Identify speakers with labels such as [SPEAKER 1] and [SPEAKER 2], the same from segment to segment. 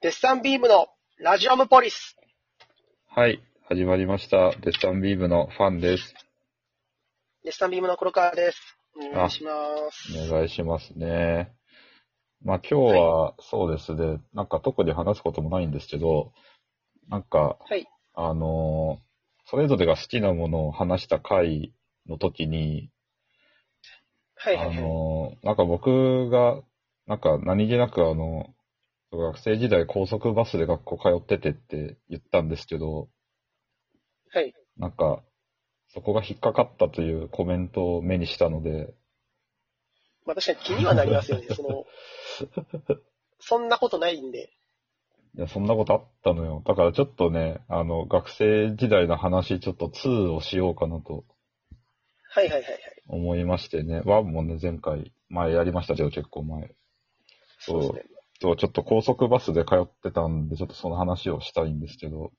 [SPEAKER 1] デッサンビームのラジオムポリス。
[SPEAKER 2] はい、始まりました。デッサンビームのファンです。
[SPEAKER 1] デッサンビームの黒川です。お願いします。
[SPEAKER 2] お願いしますね。まあ今日はそうですね、なんか特に話すこともないんですけど、なんか、
[SPEAKER 1] はい。
[SPEAKER 2] あのーそれぞれが好きなものを話した回の時に、
[SPEAKER 1] はいはい
[SPEAKER 2] あ
[SPEAKER 1] はい。
[SPEAKER 2] のーなんか僕が、なんか何気なくあの、学生時代高速バスで学校通っててって言ったんですけど、
[SPEAKER 1] はい。
[SPEAKER 2] なんか、そこが引っかかったというコメントを目にしたので、
[SPEAKER 1] まあ確かに気にはなりますよね。そ の、そんなことないんで。
[SPEAKER 2] いや、そんなことあったのよ。だからちょっとね、あの、学生時代の話、ちょっと2をしようかなと
[SPEAKER 1] はいはいはいはい。
[SPEAKER 2] 思いましてね。1もね、前回、前やりましたけど、結構前。
[SPEAKER 1] そうですね。
[SPEAKER 2] と、ちょっと高速バスで通ってたんで、ちょっとその話をしたいんですけど、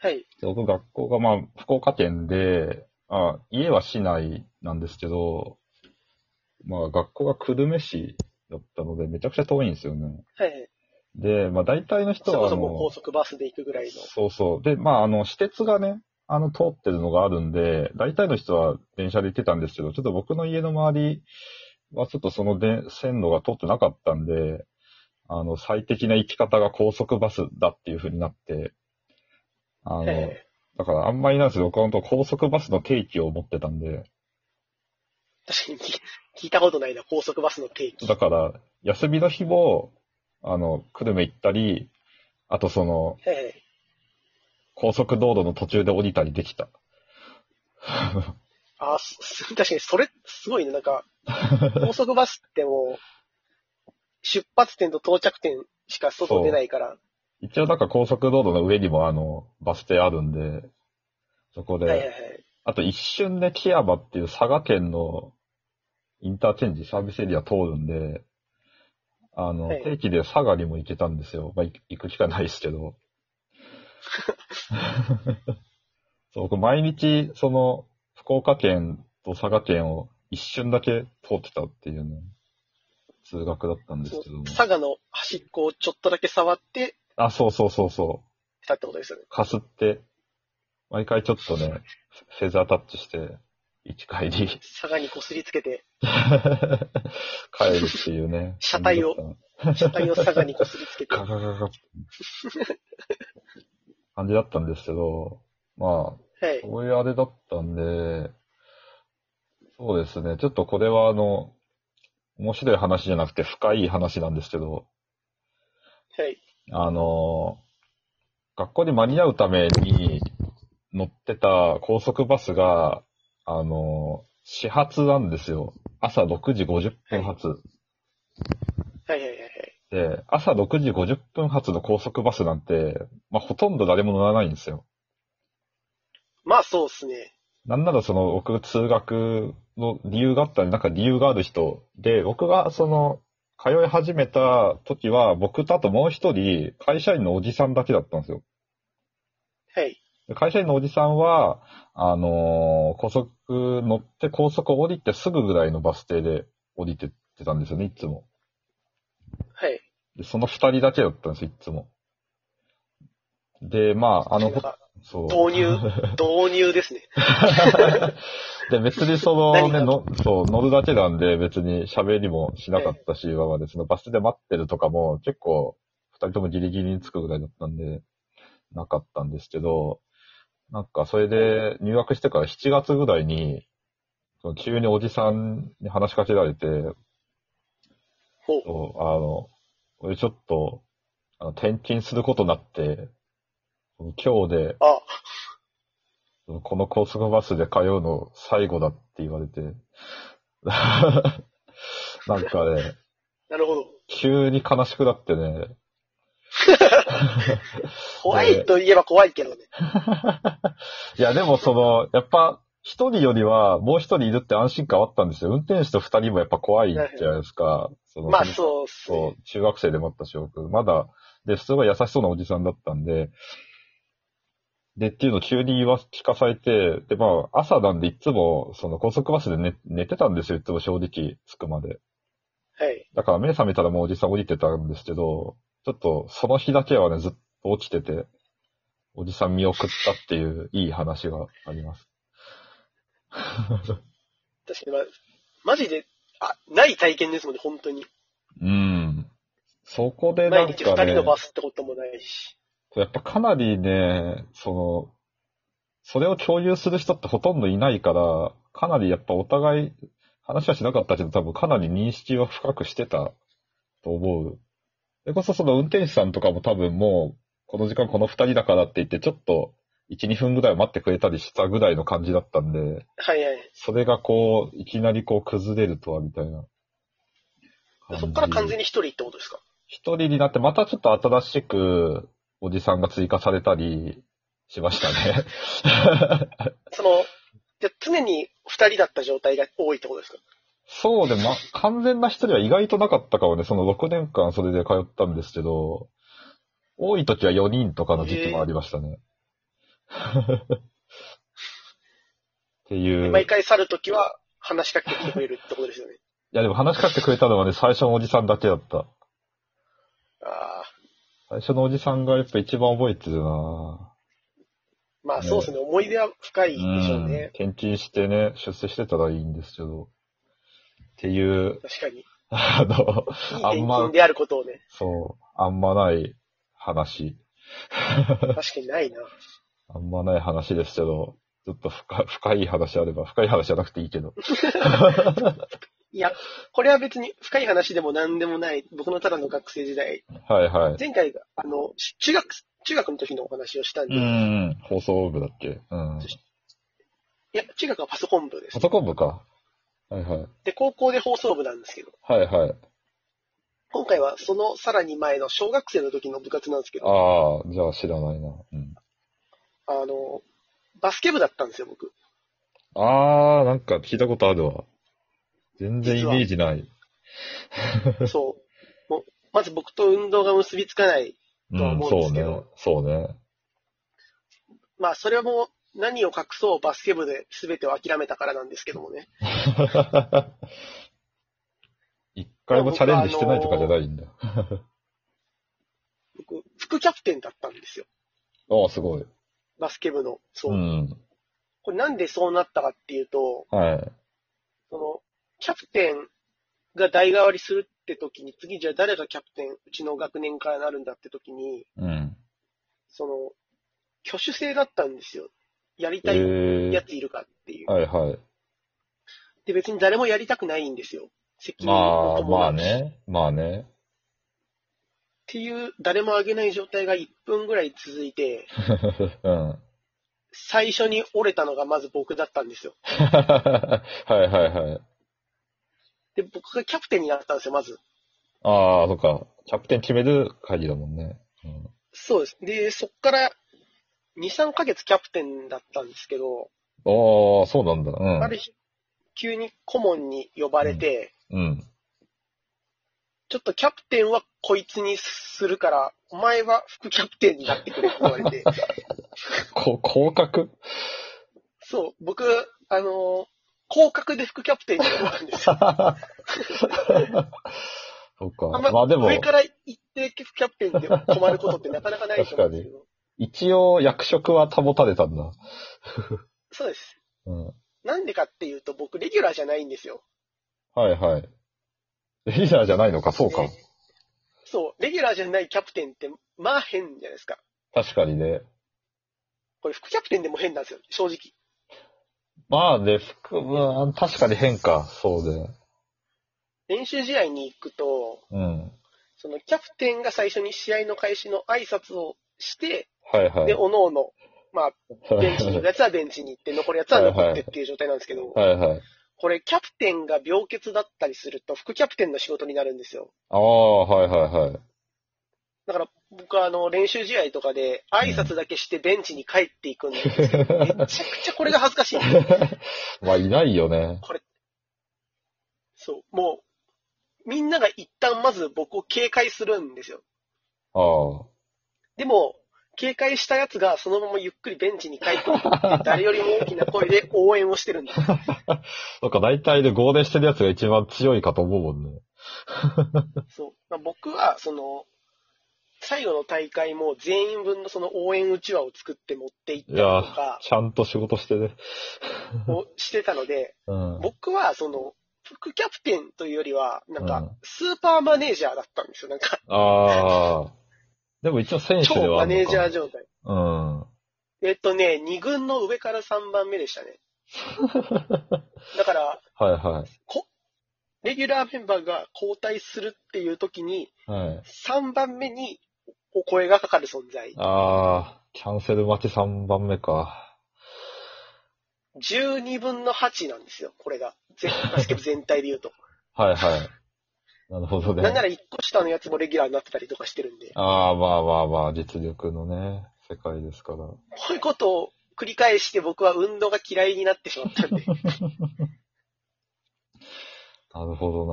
[SPEAKER 1] はい。
[SPEAKER 2] 僕学校がまあ、福岡県で、あ、家は市内なんですけど、まあ、学校が久留米市だったので、めちゃくちゃ遠いんですよね。
[SPEAKER 1] はいはい。
[SPEAKER 2] で、まあ、大体の人
[SPEAKER 1] それ
[SPEAKER 2] は、
[SPEAKER 1] こ
[SPEAKER 2] あ
[SPEAKER 1] そ
[SPEAKER 2] の、
[SPEAKER 1] もう高速バスで行くぐらいの。
[SPEAKER 2] そうそう。で、まあ、あの、私鉄がね、あの、通ってるのがあるんで、大体の人は電車で行ってたんですけど、ちょっと僕の家の周りはちょっとそので線路が通ってなかったんで、あの、最適な行き方が高速バスだっていう風になって、あ
[SPEAKER 1] はいは
[SPEAKER 2] の、
[SPEAKER 1] い
[SPEAKER 2] だからあんまりなんですよ、僕は本当高速バスの定期を持ってたんで、
[SPEAKER 1] 確かに聞いたことないな、高速バスの定期。
[SPEAKER 2] だから、休みの日も、あの、久留米行ったり、あとその、
[SPEAKER 1] はいはい。
[SPEAKER 2] 高速道路の途中で降りたりできた。
[SPEAKER 1] あーす 確かにそれ、すごいね。なんか、高速バスってもう、 出発点と到着点しか外出ないから。
[SPEAKER 2] 一応なんか高速道路の上にもあの、バス停あるんで、そこで、
[SPEAKER 1] はいはいはい。
[SPEAKER 2] あと一瞬ね、木山っていう佐賀県のインターチェンジサービスエリア通るんで、あの、
[SPEAKER 1] はい
[SPEAKER 2] 定期で佐賀にも行けたんですよ。まあ、い行く機会ないです けど。そう、僕毎日、その、福岡県と佐賀県を一瞬だけ通ってたっていうね、通学だったんです
[SPEAKER 1] そ
[SPEAKER 2] けど
[SPEAKER 1] の
[SPEAKER 2] も。
[SPEAKER 1] 佐賀の端っこをちょっとだけ触って
[SPEAKER 2] あ、そうそうそうそう。
[SPEAKER 1] たってことですよね。
[SPEAKER 2] かすって、毎回ちょっとね、フェザータッチして、一 回り帰
[SPEAKER 1] 佐賀にこすりつけて、
[SPEAKER 2] るっていうね。
[SPEAKER 1] 車体を。車体を佐賀にこすりつけて。
[SPEAKER 2] ガガガガって。感じだったんですけど、まあ、
[SPEAKER 1] はい。
[SPEAKER 2] そういうあれだったんで、そうですね、ちょっとこれはあの、面白い話じゃなくて深い話なんですけど、
[SPEAKER 1] はい。
[SPEAKER 2] あのー学校に間に合うために乗ってた高速バスが、あのー始発なんですよ。朝6時50分発。
[SPEAKER 1] はいはいはいはい。
[SPEAKER 2] で、朝6時50分発の高速バスなんて、まあ、ほとんど誰も乗らないんですよ。
[SPEAKER 1] まあそうですね。
[SPEAKER 2] なんならその、僕、通学の理由があったり、なんか理由がある人で、僕がその、通い始めた時は、僕とあともう一人、会社員のおじさんだけだったんですよ。
[SPEAKER 1] はい。
[SPEAKER 2] で会社員のおじさんは、あのー高速乗って高速降りてすぐぐらいのバス停で降りてってたんですよね、いつも。
[SPEAKER 1] はい。
[SPEAKER 2] で、その二人だけだったんですよ、いつも。で、まあ、あの
[SPEAKER 1] なん、か
[SPEAKER 2] そう。
[SPEAKER 1] 導入、導入ですね。
[SPEAKER 2] で、別にその
[SPEAKER 1] 何
[SPEAKER 2] ね、
[SPEAKER 1] が
[SPEAKER 2] の、そう、乗るだけなんで、別に喋りもしなかったし、今まで、そのバス停で待ってるとかも、結構、二人ともギリギリに着くぐらいだったんで、なかったんですけど、なんか、それで、入学してから7月ぐらいに、その急におじさんに話しかけられて、
[SPEAKER 1] ほう。
[SPEAKER 2] そうあの、俺ちょっと、あの転勤することになって、今日で、
[SPEAKER 1] あ、
[SPEAKER 2] この高速バスで通うの最後だって言われて、 なんかね、
[SPEAKER 1] なるほど。
[SPEAKER 2] 急に悲しくなってね、
[SPEAKER 1] 怖いと言えば怖いけどね。
[SPEAKER 2] いやでもその、やっぱ、一人よりはもう一人いるって安心感はあったんですよ。運転手と二人もやっぱ怖いじゃないですか。その
[SPEAKER 1] まあそうっす
[SPEAKER 2] そ
[SPEAKER 1] ね。
[SPEAKER 2] う、中学生でもあったし、僕、まだ、で、すごい優しそうなおじさんだったんで、で、っていうのを急に言わ、聞かされて、で、まあ、朝なんでいつも、その高速バスで寝寝てたんですよ、いつも正直、着くまで。
[SPEAKER 1] はい。
[SPEAKER 2] だから目覚めたらもうおじさん降りてたんですけど、ちょっちょっと、その日だけはね、ずっと起きてて、おじさん見送ったっていういい話があります。
[SPEAKER 1] 確かに、まあ、マジで、あ、ない体験ですもんね、本当に。
[SPEAKER 2] うん。そこでな
[SPEAKER 1] 毎
[SPEAKER 2] んか、ね、
[SPEAKER 1] 日二人のバスってこともないし。
[SPEAKER 2] やっぱかなりね、その、それを共有する人ってほとんどいないから、かなりやっぱお互い、話はしなかったけど多分かなり認識は深くしてたと思う。それこそその運転手さんとかも多分もう、この時間この二人だからって言って、ちょっと、1、2分ぐらい待ってくれたりしたぐらいの感じだったんで、
[SPEAKER 1] はいはい。
[SPEAKER 2] それがこう、いきなりこう崩れるとは、みたいな感じ。
[SPEAKER 1] そっから完全に一人ってことですか
[SPEAKER 2] 一人になって、またちょっと新しくおじさんが追加されたりしましたね。
[SPEAKER 1] その、じゃあ常に二人だった状態が多いってことですか
[SPEAKER 2] そうで、ま、完全な一人は意外となかったかもね、その6年間それで通ったんですけど、多い時は4人とかの時期もありましたね。 っていう。
[SPEAKER 1] 毎回去るときは話しかけてきてくれるってことですよね。
[SPEAKER 2] いやでも話しかけてくれたのはね、最初のおじさんだけだった。
[SPEAKER 1] ああ、
[SPEAKER 2] 最初のおじさんがやっぱ一番覚えてるな
[SPEAKER 1] まあそうですね、思い出は深いでしょうね。
[SPEAKER 2] うん。転勤してね、出世してたらいいんですけど。っていう、
[SPEAKER 1] 確かに。いい
[SPEAKER 2] あの、あ
[SPEAKER 1] 転
[SPEAKER 2] んま
[SPEAKER 1] 勤であることを ね、
[SPEAKER 2] そう、あんまない話。
[SPEAKER 1] 確かにないな。
[SPEAKER 2] あんまない話ですけど、ちょっと深深い話あれば、深い話じゃなくていいけど。
[SPEAKER 1] いや、これは別に深い話でも何でもない、僕のただの学生時代、
[SPEAKER 2] はいはい。
[SPEAKER 1] 前回が、あの、し中学、中学の時のお話をしたん
[SPEAKER 2] う
[SPEAKER 1] で、
[SPEAKER 2] ん、放送部だっけうん。
[SPEAKER 1] いや、中学はパソコン部です
[SPEAKER 2] パ。ソコン部か。はいはい。
[SPEAKER 1] で、高校で放送部なんですけど、
[SPEAKER 2] はいはい。
[SPEAKER 1] 今回はそのさらに前の小学生の時の部活なんですけど、
[SPEAKER 2] ああ、じゃあ知らないな。うん、
[SPEAKER 1] あの、バスケ部だったんですよ、僕。
[SPEAKER 2] ああ、なんか聞いたことあるわ。全然イメージない。
[SPEAKER 1] そう。もうまず僕と運動が結びつかない。
[SPEAKER 2] う
[SPEAKER 1] は
[SPEAKER 2] ん、
[SPEAKER 1] 思うんで
[SPEAKER 2] そう
[SPEAKER 1] すけど
[SPEAKER 2] ね。そうね。
[SPEAKER 1] まあ、それはもう何を隠そうバスケ部で全てを諦めたからなんですけどもね。
[SPEAKER 2] 一回もチャレンジしてないとかじゃないんだ。
[SPEAKER 1] 僕、副キャプテンだったんですよ。
[SPEAKER 2] ああ、すごい。
[SPEAKER 1] バスケ部の。そうう。
[SPEAKER 2] ん。
[SPEAKER 1] これなんでそうなったかっていうと、
[SPEAKER 2] はい。
[SPEAKER 1] その、キャプテンが代替わりするって時に、次じゃあ誰がキャプテン、うちの学年からなるんだって時に、
[SPEAKER 2] うん。
[SPEAKER 1] その、挙手制だったんですよ。やりたい
[SPEAKER 2] え
[SPEAKER 1] や
[SPEAKER 2] え
[SPEAKER 1] ついるかっていう。
[SPEAKER 2] はいはい。
[SPEAKER 1] で、別に誰もやりたくないんですよ。責任
[SPEAKER 2] ま
[SPEAKER 1] を
[SPEAKER 2] あ、
[SPEAKER 1] 伴う
[SPEAKER 2] まあね。まあね。
[SPEAKER 1] っていう、誰もあげない状態が1分ぐらい続いて、
[SPEAKER 2] うん。
[SPEAKER 1] 最初に折れたのがまず僕だったんですよ。
[SPEAKER 2] はいはいはい。
[SPEAKER 1] で、僕がキャプテンになったんですよ、まず。
[SPEAKER 2] ああ、そっか。キャプテン決める会議だもんね。うん、
[SPEAKER 1] そうです。で、そっから2、3ヶ月キャプテンだったんですけど、
[SPEAKER 2] ああ、そうなんだ。
[SPEAKER 1] ある日、急に顧問に呼ばれて、
[SPEAKER 2] うん。うん。
[SPEAKER 1] ちょっとキャプテンはこいつにするから、お前は副キャプテンになってくれって言われ て、
[SPEAKER 2] こ、降格
[SPEAKER 1] そう、僕、あのー降格で副キャプテンになったんです
[SPEAKER 2] そ
[SPEAKER 1] よ
[SPEAKER 2] っ。か。
[SPEAKER 1] あん
[SPEAKER 2] まあでも
[SPEAKER 1] 上、から行って副キャプテンって困ることってなかなかないと思うんですけど。
[SPEAKER 2] 一応役職は保たれたんだ。
[SPEAKER 1] そうです。
[SPEAKER 2] うん。
[SPEAKER 1] なんでかっていうと、僕、レギュラーじゃないんですよ。
[SPEAKER 2] はいはい。レギュラーじゃないのか、そうか
[SPEAKER 1] で。そう、レギュラーじゃないキャプテンって、まあ変じゃないですか。
[SPEAKER 2] 確かにね。
[SPEAKER 1] これ、副キャプテンでも変なんですよ、正直。
[SPEAKER 2] まあね、服、うん確かに変化、そうで。
[SPEAKER 1] 練習試合に行くと、
[SPEAKER 2] うん。
[SPEAKER 1] そのキャプテンが最初に試合の開始の挨拶をして、
[SPEAKER 2] はいはい。
[SPEAKER 1] で、おのおの、まあ、ベンチにいるやつはベンチに行って、残るやつは残ってっていう状態なんですけど、
[SPEAKER 2] はいはい。
[SPEAKER 1] これ、キャプテンが病欠だったりすると、副キャプテンの仕事になるんですよ。
[SPEAKER 2] ああ、はいはい はい。
[SPEAKER 1] だから、僕はあの、練習試合とかで、挨拶だけしてベンチに帰っていくんですけど、めちゃくちゃこれが恥ずかしい。
[SPEAKER 2] まあ、いないよね。
[SPEAKER 1] そう、もう、みんなが一旦まず僕を警戒するんですよ。
[SPEAKER 2] ああ。
[SPEAKER 1] でも、警戒したやつがそのままゆっくりベンチに帰ってくるって、誰よりも大きな声で応援をしてるんです。
[SPEAKER 2] なんか大体で合電してるやつが一番強いかと思うもんね。
[SPEAKER 1] そう。まあ僕は、その、最後の大会も全員分のその応援うちわを作って持っていった
[SPEAKER 2] い
[SPEAKER 1] り
[SPEAKER 2] や
[SPEAKER 1] と
[SPEAKER 2] ー
[SPEAKER 1] か
[SPEAKER 2] ちゃんと仕事してね。
[SPEAKER 1] をしてたので、
[SPEAKER 2] うん。
[SPEAKER 1] 僕はその、副キャプテンというよりは、なん
[SPEAKER 2] うん
[SPEAKER 1] か、スーパーマネージャーだったんですよ。なんか、
[SPEAKER 2] ああ。でも一応選手で
[SPEAKER 1] 超
[SPEAKER 2] はあ
[SPEAKER 1] マ
[SPEAKER 2] る
[SPEAKER 1] ネー
[SPEAKER 2] の
[SPEAKER 1] ジャ
[SPEAKER 2] か
[SPEAKER 1] ー状態。
[SPEAKER 2] な。
[SPEAKER 1] えっとね、2軍の上から3番目で したね。だから、
[SPEAKER 2] うん。はいはい。
[SPEAKER 1] こレギュラーメンバーが交代するっていう時に、
[SPEAKER 2] はい。
[SPEAKER 1] 3番目にお声がかかる存在。
[SPEAKER 2] ああ、キャンセル待ち3番目か。
[SPEAKER 1] 12分の8なんですよ、これが。全バスケ部全体で言う と。
[SPEAKER 2] はいはい。なるほどね。
[SPEAKER 1] なんなら1個下のやつもレギュラーになってたりとかしてるんで、こ
[SPEAKER 2] ああ、まあまあまあ、実力のね、世界ですから。
[SPEAKER 1] ういうことを繰り返して僕は運動が嫌いになってしまったんで、だか
[SPEAKER 2] なるほど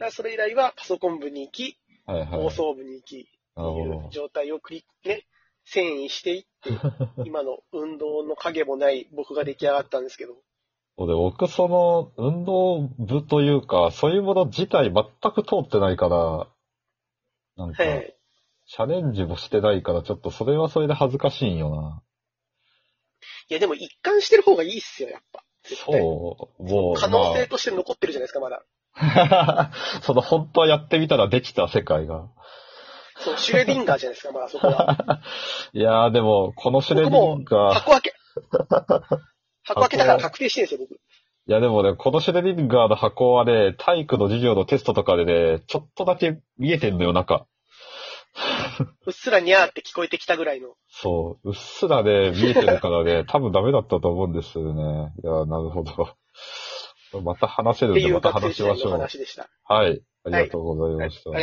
[SPEAKER 2] な
[SPEAKER 1] らそれ以来はパソコン部に行き、
[SPEAKER 2] ーはいはい。
[SPEAKER 1] 放送部に行き、
[SPEAKER 2] な
[SPEAKER 1] って
[SPEAKER 2] るほ
[SPEAKER 1] いう
[SPEAKER 2] ど。
[SPEAKER 1] 状態を繰り、ね、遷移してい って、今の運動の影もない僕が出来上がったんですけど、
[SPEAKER 2] そうで、僕、その、運動部というか、そういうもの自体全く通ってないから、なんか
[SPEAKER 1] は、い。
[SPEAKER 2] チャレンジもしてないから、ちょっとそれはそれで恥ずかしいんよな。
[SPEAKER 1] いや、でも一貫してる方がいいっすよ、やっぱ。絶対。
[SPEAKER 2] そう、もう、
[SPEAKER 1] 可能性として残ってるじゃないですか、まだ。
[SPEAKER 2] まあ その、本当はやってみたらできた世界が。
[SPEAKER 1] そう、シュレディンガーじゃないですか、まだそこ は。
[SPEAKER 2] いやー、でも、このシュレディンガー、
[SPEAKER 1] 箱開け。箱開けだから確定してるんですよ、僕。
[SPEAKER 2] いやでもね、このシュレディンガーの箱はね、体育の授業のテストとかでね、ちょっとだけ見えてんのよ、中。
[SPEAKER 1] うっすらにゃーって聞こえてきたぐらいの。
[SPEAKER 2] そう、うっすらね、見えてるか らね、多分ダメだったと思うんですよね。いや、なるほど。また話せる
[SPEAKER 1] っ
[SPEAKER 2] ん
[SPEAKER 1] てい
[SPEAKER 2] で、
[SPEAKER 1] う
[SPEAKER 2] また
[SPEAKER 1] 学生
[SPEAKER 2] 話し
[SPEAKER 1] 時
[SPEAKER 2] ま
[SPEAKER 1] 代
[SPEAKER 2] し
[SPEAKER 1] の
[SPEAKER 2] ょう。
[SPEAKER 1] 話でした。
[SPEAKER 2] はい、ありがとうございました。
[SPEAKER 1] はい